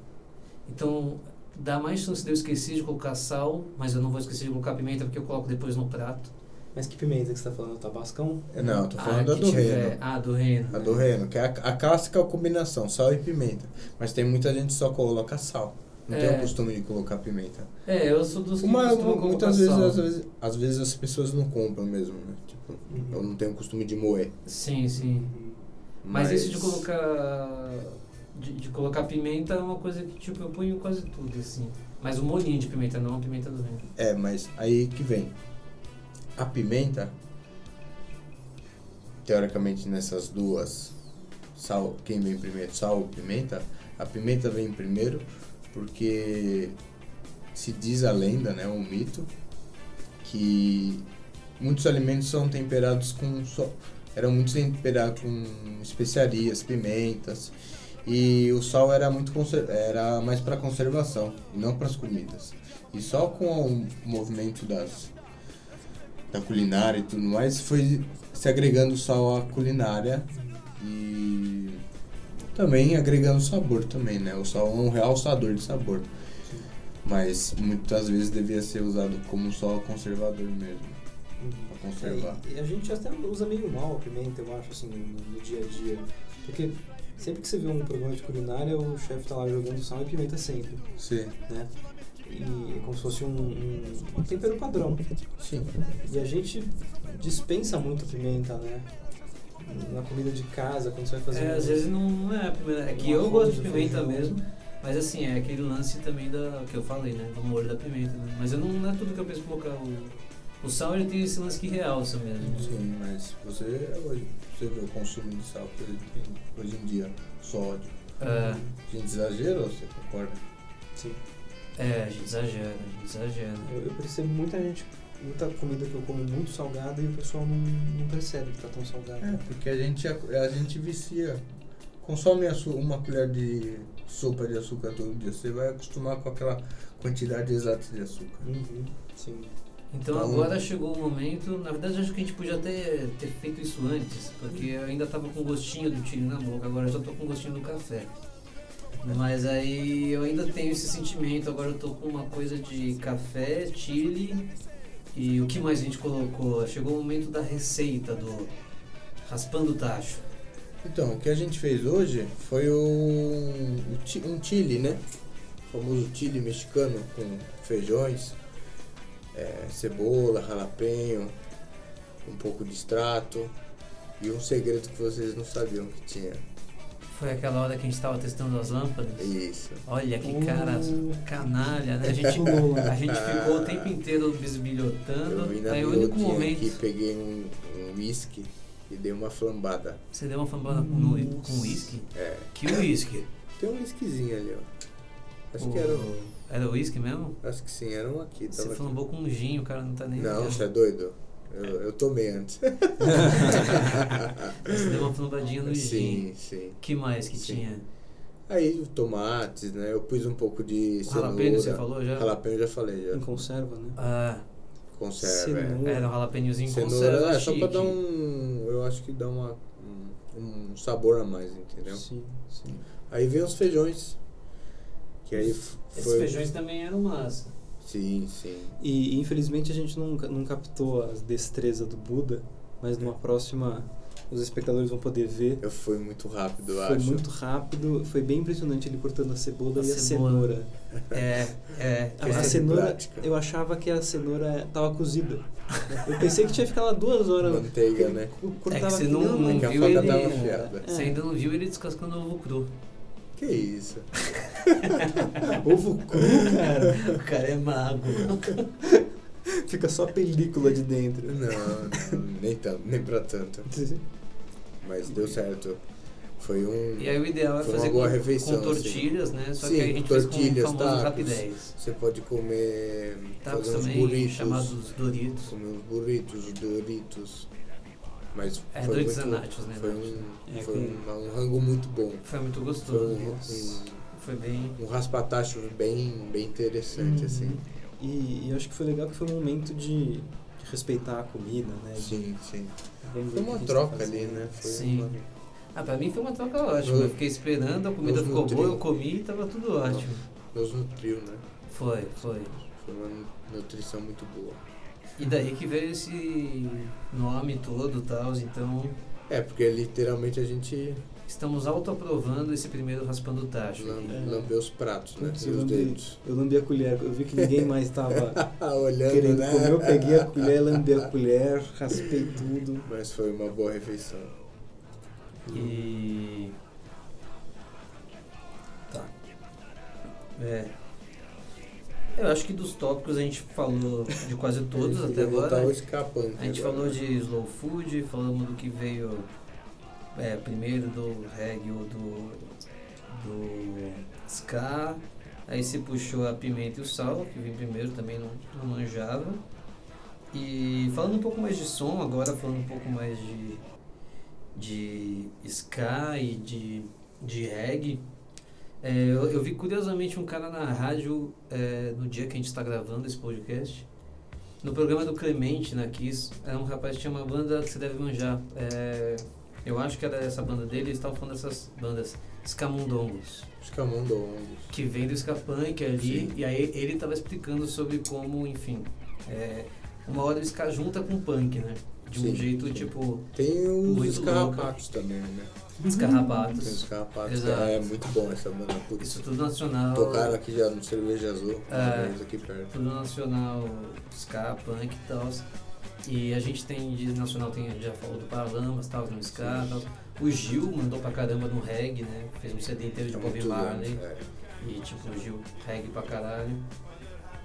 [SPEAKER 1] Então, dá mais chance de eu esquecer de colocar sal, mas eu não vou esquecer de colocar pimenta porque eu coloco depois no prato.
[SPEAKER 2] Mas que pimenta que você tá falando? Tabascão?
[SPEAKER 3] É, Não, eu tô falando
[SPEAKER 1] ah,
[SPEAKER 3] da
[SPEAKER 1] que
[SPEAKER 3] do
[SPEAKER 1] tiver-
[SPEAKER 3] reino.
[SPEAKER 1] Ah, do reino.
[SPEAKER 3] A do reino, que é a, a clássica combinação, sal e pimenta. Mas tem muita gente que só coloca sal. Não tem
[SPEAKER 1] É.
[SPEAKER 3] o costume de colocar pimenta.
[SPEAKER 1] É, eu sou dos que
[SPEAKER 3] Uma-
[SPEAKER 1] costumam colocar
[SPEAKER 3] muitas vezes,
[SPEAKER 1] sal.
[SPEAKER 3] às vezes, às vezes as pessoas não compram mesmo, né? Tipo,
[SPEAKER 2] Uhum.
[SPEAKER 3] eu não tenho o costume de moer.
[SPEAKER 1] Sim, sim. Mas, isso de colocar de, de colocar pimenta é uma coisa que tipo eu ponho em quase tudo assim. Mas um molinho de pimenta, não a pimenta do reino.
[SPEAKER 3] É, mas aí que vem. A pimenta, teoricamente nessas duas, sal, quem vem primeiro, sal ou pimenta, a pimenta vem primeiro porque se diz a lenda, né, um mito, que muitos alimentos são temperados com só eram muito temperados com especiarias, pimentas e o sal era muito conser- era mais para conservação e não para as comidas. E só com o movimento das da culinária e tudo mais foi se agregando sal à culinária e também agregando sabor também, né? O sal é um realçador de sabor. Mas muitas vezes devia ser usado como só conservador mesmo,
[SPEAKER 2] Uhum.
[SPEAKER 3] para conservar.
[SPEAKER 2] É, e a gente até usa meio mal a pimenta, eu acho, assim, no, no dia a dia. Porque sempre que você vê um programa de culinária, o chefe tá lá jogando sal e pimenta sempre,
[SPEAKER 3] Sim,
[SPEAKER 2] né? E é como se fosse um, um- um tempero padrão.
[SPEAKER 3] sim.
[SPEAKER 2] E a gente dispensa muito a pimenta, né? Na comida de casa, quando você vai fazer.
[SPEAKER 1] É,
[SPEAKER 2] um-
[SPEAKER 1] às vezes não, não é a pimenta. É que
[SPEAKER 2] Uma
[SPEAKER 1] eu gosto de
[SPEAKER 2] folha de
[SPEAKER 1] pimenta
[SPEAKER 2] feijão.
[SPEAKER 1] mesmo. Mas assim, é aquele lance também da que eu falei, né? Do molho da pimenta, né? Mas eu não, não é tudo que eu penso colocar o. O sal ele tem esse lance que realça mesmo.
[SPEAKER 3] Sim, mas você, hoje- você vê o consumo de sal que ele tem hoje em dia, sódio.
[SPEAKER 1] É,
[SPEAKER 3] Gente, exagero, você concorda?
[SPEAKER 2] Sim.
[SPEAKER 1] é, a gente exagera, a gente exagera.
[SPEAKER 2] Eu, eu percebo muita gente, muita comida que eu como muito salgada e o pessoal não, não percebe que tá tão salgada.
[SPEAKER 3] É, porque a gente, a gente vicia. Consome açu- uma colher de sopa de açúcar todo dia. Você vai acostumar com aquela quantidade exata de açúcar.
[SPEAKER 2] Uhum, sim.
[SPEAKER 1] Então
[SPEAKER 3] Então-
[SPEAKER 1] agora chegou o momento, na verdade acho que a gente podia até ter feito isso antes, porque eu ainda tava com gostinho do chile na boca, agora eu já tô com gostinho do café. Mas aí eu ainda tenho esse sentimento, agora eu tô com uma coisa de café, chile e o que mais a gente colocou? Chegou o momento da receita do raspando o tacho.
[SPEAKER 3] Então, o que a gente fez hoje foi um, um chi- um chile, né? O famoso chile mexicano com feijões, é, cebola, jalapeno, um pouco de extrato e um segredo que vocês não sabiam que tinha. É
[SPEAKER 1] Foi aquela hora que a gente tava testando as lâmpadas.
[SPEAKER 3] Isso.
[SPEAKER 1] Olha que
[SPEAKER 2] Uh.
[SPEAKER 1] cara canalha, né? A gente, a gente ficou o tempo inteiro
[SPEAKER 3] Eu
[SPEAKER 1] bisbilhotando.
[SPEAKER 3] vim na
[SPEAKER 1] Aí o único
[SPEAKER 3] miudinha
[SPEAKER 1] momento
[SPEAKER 3] aqui, peguei um um whisky e dei uma flambada.
[SPEAKER 1] você deu uma flambada no, com uísque.
[SPEAKER 3] É,
[SPEAKER 1] Que uísque?
[SPEAKER 3] tem um whiskyzinho ali, ó. Acho que era um.
[SPEAKER 1] Era uísque mesmo?
[SPEAKER 3] Acho que sim, era um aqui. tava
[SPEAKER 1] Você
[SPEAKER 3] aqui.
[SPEAKER 1] flambou com um gin, o cara não tá nem
[SPEAKER 3] Não,
[SPEAKER 1] ligando.
[SPEAKER 3] você é doido? Eu, eu tomei antes.
[SPEAKER 1] Você deu uma flambadinha no gin.
[SPEAKER 3] sim, sim.
[SPEAKER 1] que mais que
[SPEAKER 3] Sim.
[SPEAKER 1] tinha?
[SPEAKER 3] Aí tomates, né? Eu pus um pouco de
[SPEAKER 1] O
[SPEAKER 3] cenoura.
[SPEAKER 1] jalapeno você falou já?
[SPEAKER 3] Jalapeno eu já falei, já.
[SPEAKER 2] Em conserva, né?
[SPEAKER 1] Ah,
[SPEAKER 3] Conserva. é.
[SPEAKER 2] Cenoura.
[SPEAKER 1] era um jalapenhozinho com
[SPEAKER 3] Cenoura
[SPEAKER 1] conserva
[SPEAKER 3] é só pra
[SPEAKER 1] chique.
[SPEAKER 3] dar um. Eu acho que dá uma, um, um sabor a mais, entendeu?
[SPEAKER 2] Sim, sim.
[SPEAKER 3] Aí vem os feijões. Que aí f-
[SPEAKER 1] Esses
[SPEAKER 3] foi. um-
[SPEAKER 1] feijões também eram massa.
[SPEAKER 3] Sim, sim.
[SPEAKER 2] E infelizmente a gente não, ca- não captou as destrezas do Buda, mas numa próxima os espectadores vão poder ver.
[SPEAKER 3] Eu fui muito rápido, eu
[SPEAKER 2] foi
[SPEAKER 3] acho.
[SPEAKER 2] muito rápido, foi bem impressionante ele cortando a
[SPEAKER 1] A
[SPEAKER 2] cebola e
[SPEAKER 1] cebola.
[SPEAKER 2] a cenoura.
[SPEAKER 1] É, é.
[SPEAKER 2] A,
[SPEAKER 3] Coisa
[SPEAKER 2] a
[SPEAKER 3] de
[SPEAKER 2] cenoura,
[SPEAKER 3] prática.
[SPEAKER 2] eu achava que a cenoura tava cozida. Eu pensei que tinha ficado lá duas horas.
[SPEAKER 3] Manteiga, né?
[SPEAKER 2] Eu cortava
[SPEAKER 1] É que você
[SPEAKER 2] aquilo,
[SPEAKER 1] não- não
[SPEAKER 2] mas-
[SPEAKER 3] Que a
[SPEAKER 1] viu
[SPEAKER 3] faca
[SPEAKER 1] ele,
[SPEAKER 3] tava
[SPEAKER 1] né?
[SPEAKER 3] afiada.
[SPEAKER 1] Você ainda não viu ele descascando ovo cru.
[SPEAKER 3] Que isso?
[SPEAKER 2] Ovo cru, cara.
[SPEAKER 1] O cara é mago.
[SPEAKER 2] Fica só a película de dentro.
[SPEAKER 3] Não, não, nem, tanto, nem pra tanto. Mas deu certo. Foi um.
[SPEAKER 1] E aí o ideal é
[SPEAKER 3] Foi uma
[SPEAKER 1] fazer
[SPEAKER 3] boa
[SPEAKER 1] com,
[SPEAKER 3] refeição, assim.
[SPEAKER 1] com tortilhas, né? Só
[SPEAKER 3] Sim,
[SPEAKER 1] que aí a gente fez com o
[SPEAKER 3] tortilhas,
[SPEAKER 1] famoso
[SPEAKER 3] tacos.
[SPEAKER 1] rapidez.
[SPEAKER 3] Você pode comer.
[SPEAKER 1] Tacos
[SPEAKER 3] fazer uns
[SPEAKER 1] também,
[SPEAKER 3] burritos.
[SPEAKER 1] chamados Doritos.
[SPEAKER 3] Comer uns burritos, os Doritos. Mas
[SPEAKER 1] É,
[SPEAKER 3] foi
[SPEAKER 1] Doritos
[SPEAKER 3] muito,
[SPEAKER 1] é nachos, né?
[SPEAKER 3] Foi, um,
[SPEAKER 2] É,
[SPEAKER 3] foi
[SPEAKER 2] com-
[SPEAKER 3] um, um rango muito bom.
[SPEAKER 1] Foi muito
[SPEAKER 3] Foi
[SPEAKER 1] gostoso. né?
[SPEAKER 3] um, um,
[SPEAKER 1] Foi bem...
[SPEAKER 3] um raspatacho bem, bem interessante,
[SPEAKER 2] Uhum.
[SPEAKER 3] assim.
[SPEAKER 2] E, e eu acho que foi legal que foi um momento de, de respeitar a comida, né? De-
[SPEAKER 3] Sim, sim.
[SPEAKER 2] vamos ver o que a
[SPEAKER 3] Foi uma
[SPEAKER 2] gente tá
[SPEAKER 3] troca
[SPEAKER 2] fazendo.
[SPEAKER 3] ali, né? Foi
[SPEAKER 1] Sim.
[SPEAKER 3] uma-
[SPEAKER 1] Ah, pra mim foi uma troca ótima.
[SPEAKER 3] Eu-
[SPEAKER 1] Eu fiquei esperando, a comida
[SPEAKER 3] eu
[SPEAKER 1] ficou
[SPEAKER 3] nutri.
[SPEAKER 1] boa, eu comi e tava tudo ótimo.
[SPEAKER 3] Nos nutriu, né?
[SPEAKER 1] Foi, foi.
[SPEAKER 3] Foi uma nu- nutrição muito boa.
[SPEAKER 1] E daí que veio esse nome todo e tal, então...
[SPEAKER 3] É, porque literalmente a gente
[SPEAKER 1] Estamos autoaprovando esse primeiro raspando tacho.
[SPEAKER 3] lam-
[SPEAKER 1] aqui.
[SPEAKER 2] É.
[SPEAKER 3] lambeu os pratos, né?
[SPEAKER 2] Putz,
[SPEAKER 3] E
[SPEAKER 2] eu
[SPEAKER 3] os
[SPEAKER 2] lambi-
[SPEAKER 3] dedos.
[SPEAKER 2] Eu lambi a colher, eu vi que ninguém mais tava
[SPEAKER 3] Olhando,
[SPEAKER 2] querendo
[SPEAKER 3] né?
[SPEAKER 2] comer, eu peguei a colher, lambi a colher, raspei tudo.
[SPEAKER 3] Mas foi uma boa refeição.
[SPEAKER 1] E. Tá. É. Eu acho que dos tópicos a gente falou de quase todos
[SPEAKER 3] Eu
[SPEAKER 1] até
[SPEAKER 3] queria voltar
[SPEAKER 1] agora. né?
[SPEAKER 3] ao escapante
[SPEAKER 1] A gente
[SPEAKER 3] agora.
[SPEAKER 1] falou de slow food, falamos do que veio é, primeiro do reggae ou do, do ska. Aí se puxou a pimenta e o sal, que vem primeiro, também não, não manjava. E falando um pouco mais de som, agora falando um pouco mais de, de ska e de, de reggae. é, eu, eu vi curiosamente um cara na rádio é, no dia que a gente está gravando esse podcast. No programa do Clemente, na Kiss, era um rapaz que tinha uma banda que você deve manjar. É, eu acho que era essa banda dele, eles estavam falando dessas bandas, Scamundongos,
[SPEAKER 3] Os camundongos.
[SPEAKER 1] que vem do ska punk ali,
[SPEAKER 3] Sim.
[SPEAKER 1] e aí ele tava explicando sobre como, enfim, é, uma hora o ska junta com o punk, né? De um
[SPEAKER 3] Sim,
[SPEAKER 1] jeito,
[SPEAKER 3] sim.
[SPEAKER 1] tipo,
[SPEAKER 3] Tem
[SPEAKER 1] Muito
[SPEAKER 3] os
[SPEAKER 1] louco.
[SPEAKER 3] carrapatos também, né? Tem os
[SPEAKER 1] escarrabatos.
[SPEAKER 3] carrapatos.
[SPEAKER 1] Exato.
[SPEAKER 3] É muito bom essa banda. Putz,
[SPEAKER 1] Isso tudo nacional.
[SPEAKER 3] Tocaram aqui já no Cerveja Azul, mais ou
[SPEAKER 1] É.
[SPEAKER 3] menos aqui perto.
[SPEAKER 1] tudo nacional, ska, punk e tal. E a gente tem de nacional, tem, já falou do Paralamas, tal, no ska, tal. O Gil mandou pra caramba no reggae, né? Fez um CD inteiro de
[SPEAKER 3] É
[SPEAKER 1] Bob
[SPEAKER 3] muito
[SPEAKER 1] Marley.
[SPEAKER 3] grande, é.
[SPEAKER 1] E tipo, o Gil reggae pra caralho.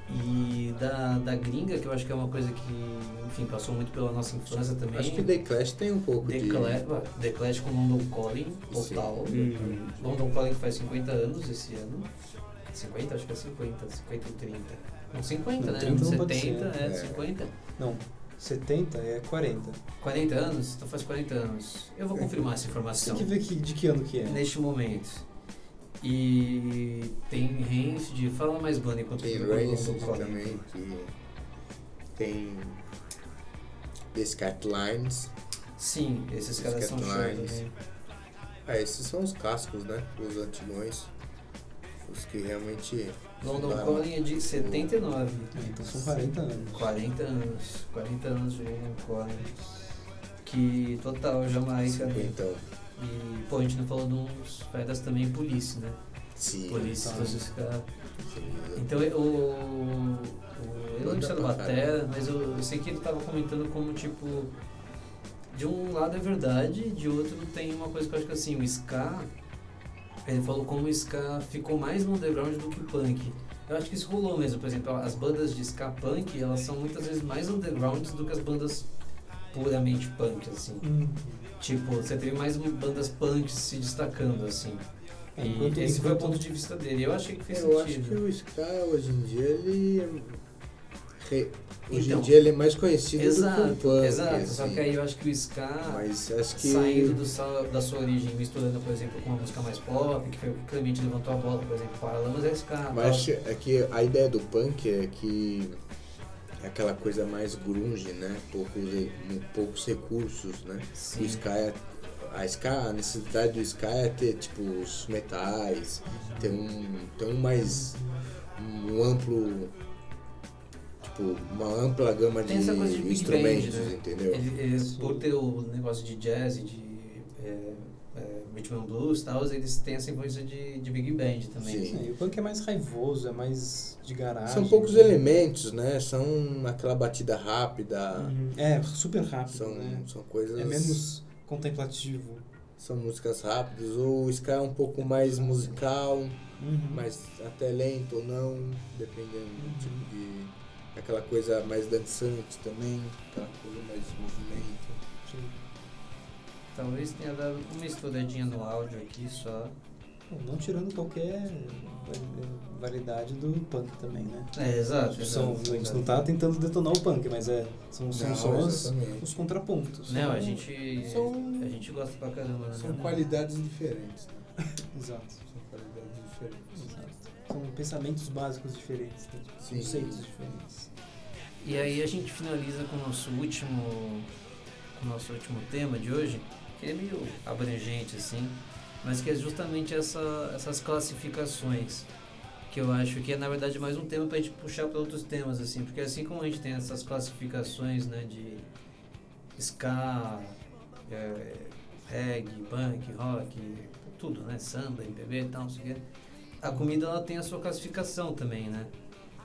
[SPEAKER 1] E da, da gringa, que eu acho que é uma coisa que, enfim, passou muito pela nossa infância também.
[SPEAKER 3] Acho que The Clash tem um pouco
[SPEAKER 1] The
[SPEAKER 3] de...
[SPEAKER 1] Clash, The Clash com London Calling, um total. London Calling faz 50 anos esse ano. 50? Acho que é 50, 50 ou 30. Não, 50,
[SPEAKER 2] Não,
[SPEAKER 1] né?
[SPEAKER 2] 30 não pode
[SPEAKER 1] 70,
[SPEAKER 2] ser,
[SPEAKER 1] é,
[SPEAKER 3] é.
[SPEAKER 1] 50.
[SPEAKER 2] Não, 70 é 40.
[SPEAKER 1] 40 anos? Então faz 40 anos. Eu vou confirmar essa
[SPEAKER 2] Tem
[SPEAKER 1] informação
[SPEAKER 2] que ver que, de que ano que é.
[SPEAKER 1] neste momento. E tem range de. Fala mais banda enquanto
[SPEAKER 3] Tem
[SPEAKER 1] eu procuro o
[SPEAKER 3] Rancid
[SPEAKER 1] London Calling.
[SPEAKER 3] também, que tem The Scatlines.
[SPEAKER 1] Sim, esses caras são né? show
[SPEAKER 3] Scatlines.
[SPEAKER 1] também.
[SPEAKER 3] Ah, esses são os cascos, né? Os antigões. Os que realmente...
[SPEAKER 1] London
[SPEAKER 3] Claro.
[SPEAKER 1] Calling é de 79.
[SPEAKER 2] Então são 40 anos.
[SPEAKER 1] 40 anos. 40 anos de London Calling. Que total, Jamaica. né?
[SPEAKER 3] Então,
[SPEAKER 1] E, pô, a gente não falou de uns pedras também polícia, né?
[SPEAKER 3] sim.
[SPEAKER 1] Polícia,
[SPEAKER 2] tá.
[SPEAKER 1] todos os caras.
[SPEAKER 3] sim.
[SPEAKER 1] Então, eu- o, o Eu não lembro se era
[SPEAKER 3] Toda pra né?
[SPEAKER 1] batera, mas eu, eu sei que ele tava comentando como, tipo, de um lado é verdade, de outro tem uma coisa que eu acho que assim, o ska, ele falou como o ska ficou mais no underground do que o punk. Eu acho que isso rolou mesmo, por exemplo, as bandas de ska punk, elas são muitas vezes mais undergrounds do que as bandas puramente punk, assim.
[SPEAKER 2] Hum.
[SPEAKER 1] Tipo, você teve mais bandas punks se destacando, assim.
[SPEAKER 2] É,
[SPEAKER 1] e
[SPEAKER 2] enquanto-
[SPEAKER 1] esse foi o
[SPEAKER 2] enquanto-
[SPEAKER 1] ponto de vista dele. Eu achei que fez
[SPEAKER 3] Eu acho
[SPEAKER 1] sentido.
[SPEAKER 3] que o Ska hoje em dia ele. é- re- Hoje
[SPEAKER 1] Então.
[SPEAKER 3] em dia ele é mais conhecido do que o
[SPEAKER 1] Exato,
[SPEAKER 3] punk.
[SPEAKER 1] exato.
[SPEAKER 3] assim.
[SPEAKER 1] Só que aí eu acho que o Ska,
[SPEAKER 3] Mas acho que.
[SPEAKER 1] saindo do sa- da sua origem, misturando, por exemplo, com uma música mais pop, que foi o que o Clemente levantou a bola, por exemplo, Paralamas é Ska. tal.
[SPEAKER 3] Mas acho- é que a ideia do punk é que é aquela coisa mais grunge, né? Poucos, re- poucos recursos, né?
[SPEAKER 1] Sim.
[SPEAKER 3] O ska é- a ska, a necessidade do ska é ter tipo os metais, ter um, ter um mais um amplo tipo uma ampla gama de
[SPEAKER 1] Tem essa coisa de big
[SPEAKER 3] instrumentos,
[SPEAKER 1] band, né?
[SPEAKER 3] entendeu?
[SPEAKER 1] Ele- Eles, por ter o negócio de jazz e de é, é, rhythm and blues e tal, eles têm essa influência de, de big band também.
[SPEAKER 3] Sim.
[SPEAKER 2] É, e o punk é mais raivoso, é mais de garagem.
[SPEAKER 3] São poucos
[SPEAKER 1] né?
[SPEAKER 3] elementos, né? São aquela batida rápida,
[SPEAKER 2] Uhum. É, super rápido,
[SPEAKER 3] são
[SPEAKER 2] né?
[SPEAKER 3] são coisas
[SPEAKER 2] É menos contemplativo.
[SPEAKER 3] são músicas rápidas ou o ska é um pouco mais musical,
[SPEAKER 2] Uhum.
[SPEAKER 3] mas até lento ou não, dependendo do tipo de. Aquela coisa mais dançante também, aquela coisa mais de movimento.
[SPEAKER 2] Sim.
[SPEAKER 1] Talvez tenha dado uma estouradinha no áudio aqui só.
[SPEAKER 2] Bom, não tirando qualquer va- variedade do punk também, né?
[SPEAKER 1] É, exato.
[SPEAKER 2] São, a gente não tá tentando detonar o punk, mas é, são, são
[SPEAKER 3] Não,
[SPEAKER 2] só os,
[SPEAKER 3] exatamente.
[SPEAKER 2] os contrapontos.
[SPEAKER 1] é- Não, a gente, é,
[SPEAKER 3] São-
[SPEAKER 1] a gente gosta pra caramba. né?
[SPEAKER 3] São qualidades diferentes, né?
[SPEAKER 2] Exato.
[SPEAKER 3] São qualidades diferentes.
[SPEAKER 2] Exato. São pensamentos básicos diferentes, né?
[SPEAKER 3] Sim.
[SPEAKER 2] conceitos diferentes.
[SPEAKER 1] E aí a gente finaliza com o nosso último, com o nosso último tema de hoje, que é meio abrangente assim, mas que é justamente essa, essas classificações que eu acho que é na verdade mais um tema para a gente puxar para outros temas assim, porque assim como a gente tem essas classificações né de ska, é, reggae, punk, rock, tudo né, samba, MPB, e tal, não sei o quê, a comida ela tem a sua classificação também né.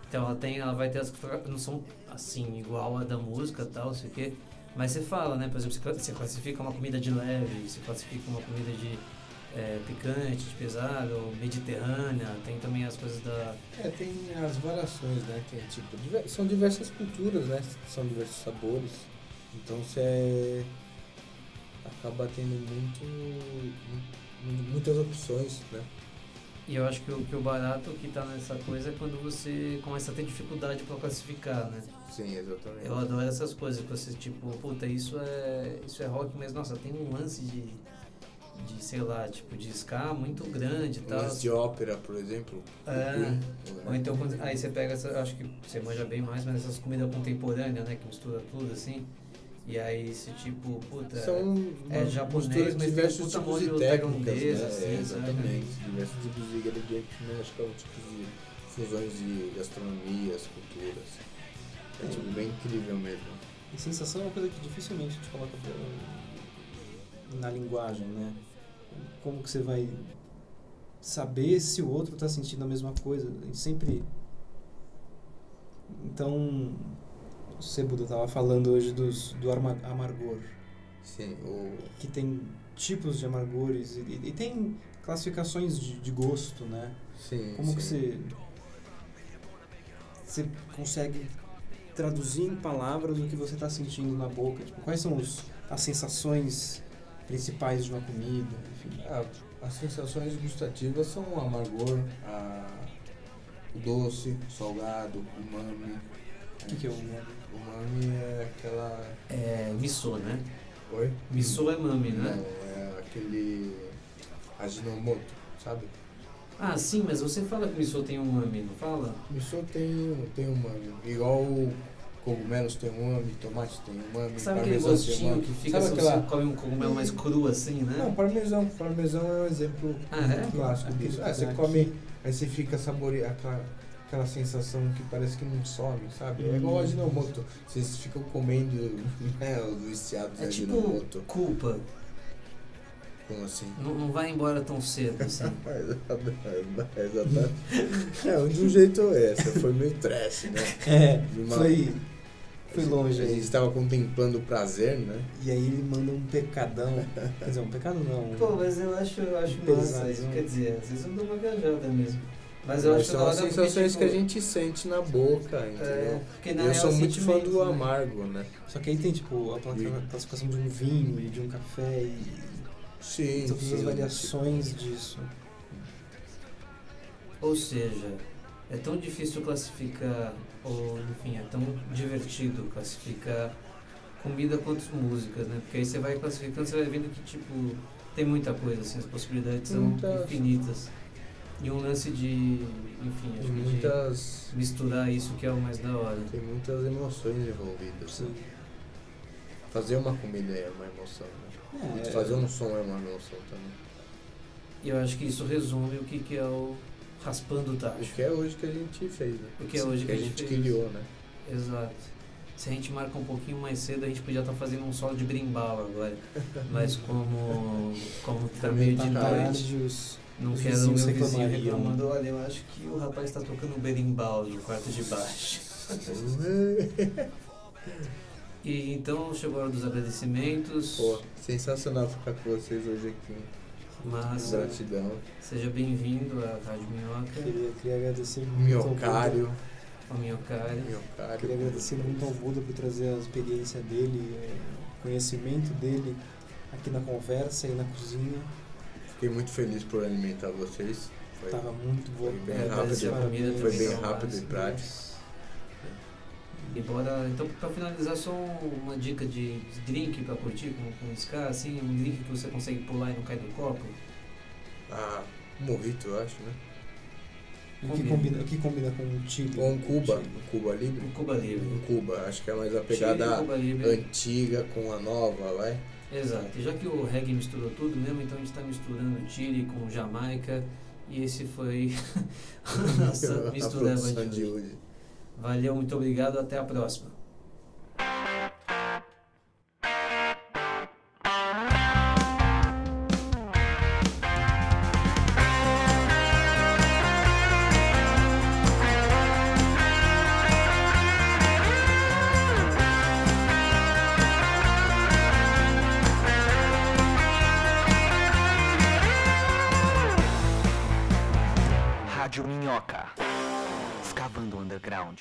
[SPEAKER 1] Então ela tem, ela vai ter as que não são assim igual a da música, tal, não sei o quê. Mas você fala, né? Por exemplo, você cla- você classifica uma comida de leve, você classifica uma comida de é, picante, de pesado, mediterrânea, tem também as coisas da.
[SPEAKER 3] É, tem as variações, né? Tem, tipo, diver- são diversas culturas, né? São diversos sabores. Então você acaba tendo muito, mu- muitas opções, né?
[SPEAKER 1] E eu acho que o, que o barato que tá nessa coisa é quando você começa a ter dificuldade pra classificar, né?
[SPEAKER 3] Sim, exatamente.
[SPEAKER 1] Eu adoro essas coisas, que você tipo, puta, isso é, isso é rock, mas nossa, tem um lance de, de sei lá, tipo, de ska muito grande e tal.
[SPEAKER 3] Umas Um de ópera, por exemplo.
[SPEAKER 1] É.
[SPEAKER 3] Queen, né?
[SPEAKER 1] Ou então, quando- aí você pega, essa, acho que você manja bem mais, mas essas comidas contemporâneas, né, que mistura tudo assim. E aí, se tipo, puta.
[SPEAKER 3] São um
[SPEAKER 1] é
[SPEAKER 3] uma
[SPEAKER 1] japonês,
[SPEAKER 3] mistura de
[SPEAKER 1] mas tem um
[SPEAKER 3] diversos
[SPEAKER 1] puta
[SPEAKER 3] tipos
[SPEAKER 1] molho
[SPEAKER 3] de técnicas,
[SPEAKER 1] tailandês,
[SPEAKER 3] né?
[SPEAKER 1] assim,
[SPEAKER 3] É,
[SPEAKER 1] sabe?
[SPEAKER 3] exatamente. Diversos tipos de ingredientes, né? Acho que é um tipo de fusões de gastronomias, culturas. É tipo bem incrível mesmo.
[SPEAKER 2] E sensação é uma coisa que dificilmente a gente coloca pra- na linguagem, né? Como que você vai saber se o outro tá sentindo a mesma coisa? A gente sempre... Então, o Sebuda tava falando hoje dos, do arma- amargor,
[SPEAKER 3] Sim, o
[SPEAKER 2] que tem tipos de amargores e, e- e tem classificações de, de gosto, né?
[SPEAKER 3] sim,
[SPEAKER 2] Como
[SPEAKER 3] sim.
[SPEAKER 2] que você... Você consegue traduzir em palavras o que você está sentindo na boca? Tipo, quais são os, as sensações principais de uma comida? Enfim.
[SPEAKER 3] Ah, as sensações gustativas são o amargor, a- o doce, o salgado, o umami.
[SPEAKER 2] O que, que é o
[SPEAKER 3] O umami é aquela.
[SPEAKER 1] É, missô, né?
[SPEAKER 3] Oi?
[SPEAKER 1] Missô é mami, né?
[SPEAKER 3] Não, é aquele. Ajinomoto, sabe?
[SPEAKER 1] Ah, sim, mas você fala que missô tem um mami, não fala?
[SPEAKER 3] Missô tem, tem umami. um Igual cogumelos tem umami, tomate tem umami,
[SPEAKER 1] Sabe aquele gostinho que fica
[SPEAKER 3] Sabe
[SPEAKER 1] se
[SPEAKER 3] aquela-
[SPEAKER 1] você come um cogumelo mais cru assim,
[SPEAKER 3] Não,
[SPEAKER 1] né?
[SPEAKER 3] parmesão. Parmesão é um exemplo
[SPEAKER 1] Ah, é?
[SPEAKER 3] clássico
[SPEAKER 2] Aquele
[SPEAKER 3] disso. Ah, você
[SPEAKER 2] pedaço.
[SPEAKER 3] come, aí você fica saboreando aquela, aquela sensação que parece que não some, sabe?
[SPEAKER 2] Hum.
[SPEAKER 3] É igual o Ajinomoto. Vocês ficam comendo né, os viciados
[SPEAKER 1] É
[SPEAKER 3] de
[SPEAKER 1] tipo
[SPEAKER 3] Ajinomoto.
[SPEAKER 1] culpa.
[SPEAKER 3] Como assim?
[SPEAKER 1] Não, não vai embora tão cedo, assim.
[SPEAKER 3] Mas a da- mas a da- É, de um jeito é, essa foi meio trash, né?
[SPEAKER 2] É,
[SPEAKER 3] De uma-
[SPEAKER 2] foi, foi longe
[SPEAKER 3] A
[SPEAKER 2] aí.
[SPEAKER 3] gente estava contemplando o prazer, né?
[SPEAKER 2] E aí ele manda um pecadão. Quer dizer, um pecado não.
[SPEAKER 1] Pô,
[SPEAKER 3] né?
[SPEAKER 1] mas eu acho, eu acho
[SPEAKER 2] Pesado,
[SPEAKER 1] massa isso.
[SPEAKER 2] né?
[SPEAKER 1] Quer dizer, às vezes eu dou uma viajada mesmo. Mas eu acho
[SPEAKER 3] são
[SPEAKER 1] da
[SPEAKER 3] as
[SPEAKER 1] hora porque,
[SPEAKER 3] sensações
[SPEAKER 1] tipo,
[SPEAKER 3] que a gente sente na boca, entendeu?
[SPEAKER 1] É, porque na
[SPEAKER 3] Eu
[SPEAKER 1] real
[SPEAKER 3] sou
[SPEAKER 1] é
[SPEAKER 3] muito fã
[SPEAKER 1] sentimento,
[SPEAKER 3] do
[SPEAKER 1] né?
[SPEAKER 3] amargo, né?
[SPEAKER 2] Só que aí tem, tipo, a placa-
[SPEAKER 3] E-
[SPEAKER 2] classificação de um vinho e de um café e
[SPEAKER 3] Sim,
[SPEAKER 2] todas
[SPEAKER 3] sim.
[SPEAKER 2] as variações disso.
[SPEAKER 1] Ou seja, é tão difícil classificar, ou enfim, é tão divertido classificar comida quanto músicas, né? Porque aí você vai classificando, você vai vendo que, tipo, tem muita coisa, assim, as possibilidades são
[SPEAKER 3] Muitas.
[SPEAKER 1] infinitas. E um lance de, enfim, acho
[SPEAKER 2] né?
[SPEAKER 3] Tem
[SPEAKER 1] que de
[SPEAKER 3] muitas,
[SPEAKER 1] misturar isso que é o mais da hora.
[SPEAKER 3] tem muitas emoções envolvidas. né?
[SPEAKER 2] Sim.
[SPEAKER 3] Fazer uma comida é uma emoção, né?
[SPEAKER 2] É,
[SPEAKER 3] Fazer um som é uma emoção também.
[SPEAKER 1] E eu acho que isso resume o que, que é o raspando o
[SPEAKER 3] O
[SPEAKER 1] tacho.
[SPEAKER 3] que é hoje que a gente fez, né?
[SPEAKER 1] O que é hoje
[SPEAKER 3] Que
[SPEAKER 1] que
[SPEAKER 3] a gente
[SPEAKER 1] fez.
[SPEAKER 3] criou, né?
[SPEAKER 1] Exato. Se a gente marca um pouquinho mais cedo, a gente podia estar fazendo um solo de brimbal agora. Mas como, como tá meio
[SPEAKER 3] Também
[SPEAKER 1] de
[SPEAKER 3] tá
[SPEAKER 1] noite,
[SPEAKER 2] tarde, os-
[SPEAKER 1] não
[SPEAKER 2] os
[SPEAKER 1] quero o meu
[SPEAKER 2] vizinhos
[SPEAKER 1] vizinho
[SPEAKER 2] reclamariam.
[SPEAKER 1] reclamando. Olha, eu acho que o rapaz está tocando berimbau no quarto de baixo.
[SPEAKER 3] Uhum.
[SPEAKER 1] E então chegou a hora dos agradecimentos.
[SPEAKER 3] Pô, sensacional ficar com vocês hoje aqui.
[SPEAKER 1] Massa,
[SPEAKER 3] Gratidão.
[SPEAKER 1] seja bem-vindo à Rádio Minhoca,
[SPEAKER 2] Queria, queria agradecer muito ao Buda.
[SPEAKER 3] Miocário.
[SPEAKER 1] ao Minhocário.
[SPEAKER 3] Miocário.
[SPEAKER 2] Queria agradecer muito ao Buda por trazer a experiência dele, é, o conhecimento dele aqui na conversa e na cozinha.
[SPEAKER 3] Fiquei muito feliz por alimentar vocês. Foi,
[SPEAKER 2] Tava muito boa.
[SPEAKER 3] foi bem
[SPEAKER 2] É,
[SPEAKER 3] rápido,
[SPEAKER 2] agradecer
[SPEAKER 1] a comida
[SPEAKER 2] parabéns.
[SPEAKER 3] foi bem
[SPEAKER 1] também,
[SPEAKER 3] rápido
[SPEAKER 1] mas-
[SPEAKER 3] e prático.
[SPEAKER 1] E bora, então pra finalizar só uma dica de de drink pra curtir com, com esse cara, assim, um drink que você consegue pular e não cai do copo.
[SPEAKER 3] Ah, um morrito, eu acho, né?
[SPEAKER 2] E O que combina, o que combina com o Chile?
[SPEAKER 3] Ou um Cuba, um Cuba Libre.
[SPEAKER 1] Um Cuba Livre.
[SPEAKER 3] Um Cuba, acho que é mais a
[SPEAKER 1] Chile,
[SPEAKER 3] pegada
[SPEAKER 1] Cuba Livre.
[SPEAKER 3] antiga com a nova, vai?
[SPEAKER 1] Exato. E já que o reggae misturou tudo mesmo, então a gente tá misturando Chile com Jamaica. E esse foi a nossa
[SPEAKER 3] a
[SPEAKER 1] mistureba
[SPEAKER 3] produção
[SPEAKER 1] de
[SPEAKER 3] de
[SPEAKER 1] hoje.
[SPEAKER 3] hoje.
[SPEAKER 1] Valeu, muito obrigado, até a próxima.
[SPEAKER 5] Rádio Minhoca. Escavando o underground.